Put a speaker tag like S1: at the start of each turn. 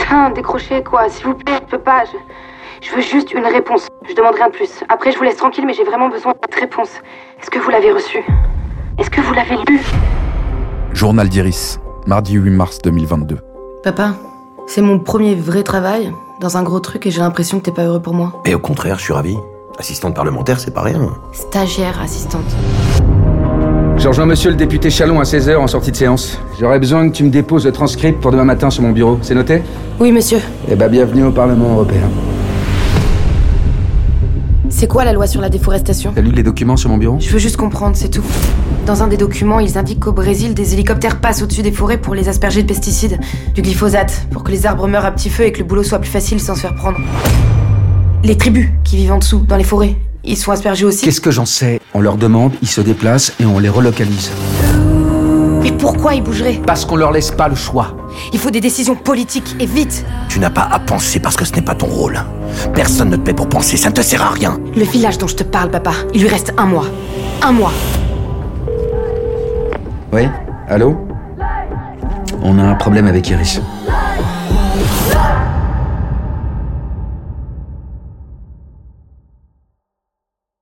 S1: Enfin, décrochez quoi, s'il vous plaît, je peux pas. Je... je veux juste une réponse. Je demande rien de plus. Après, je vous laisse tranquille, mais j'ai vraiment besoin de cette réponse. Est-ce que vous l'avez reçue Est-ce que vous l'avez lue
S2: Journal d'Iris, mardi 8 mars 2022.
S3: Papa, c'est mon premier vrai travail dans un gros truc et j'ai l'impression que t'es pas heureux pour moi.
S4: Et au contraire, je suis ravi. Assistante parlementaire, c'est pas rien.
S3: Stagiaire, assistante.
S5: Je rejoins monsieur le député Chalon à 16h en sortie de séance. J'aurais besoin que tu me déposes le transcript pour demain matin sur mon bureau. C'est noté
S3: Oui, monsieur.
S5: Eh ben, bienvenue au Parlement européen.
S3: C'est quoi la loi sur la déforestation
S5: T'as lu les documents sur mon bureau
S3: Je veux juste comprendre, c'est tout. Dans un des documents, ils indiquent qu'au Brésil, des hélicoptères passent au-dessus des forêts pour les asperger de pesticides, du glyphosate, pour que les arbres meurent à petit feu et que le boulot soit plus facile sans se faire prendre. Les tribus qui vivent en dessous, dans les forêts, ils sont aspergés aussi.
S5: Qu'est-ce que j'en sais On leur demande, ils se déplacent et on les relocalise.
S3: Mais pourquoi ils bougeraient
S5: Parce qu'on leur laisse pas le choix.
S3: Il faut des décisions politiques et vite.
S4: Tu n'as pas à penser parce que ce n'est pas ton rôle. Personne ne te paie pour penser, ça ne te sert à rien.
S3: Le village dont je te parle, papa, il lui reste un mois. Un mois.
S5: Oui Allô On a un problème avec Iris.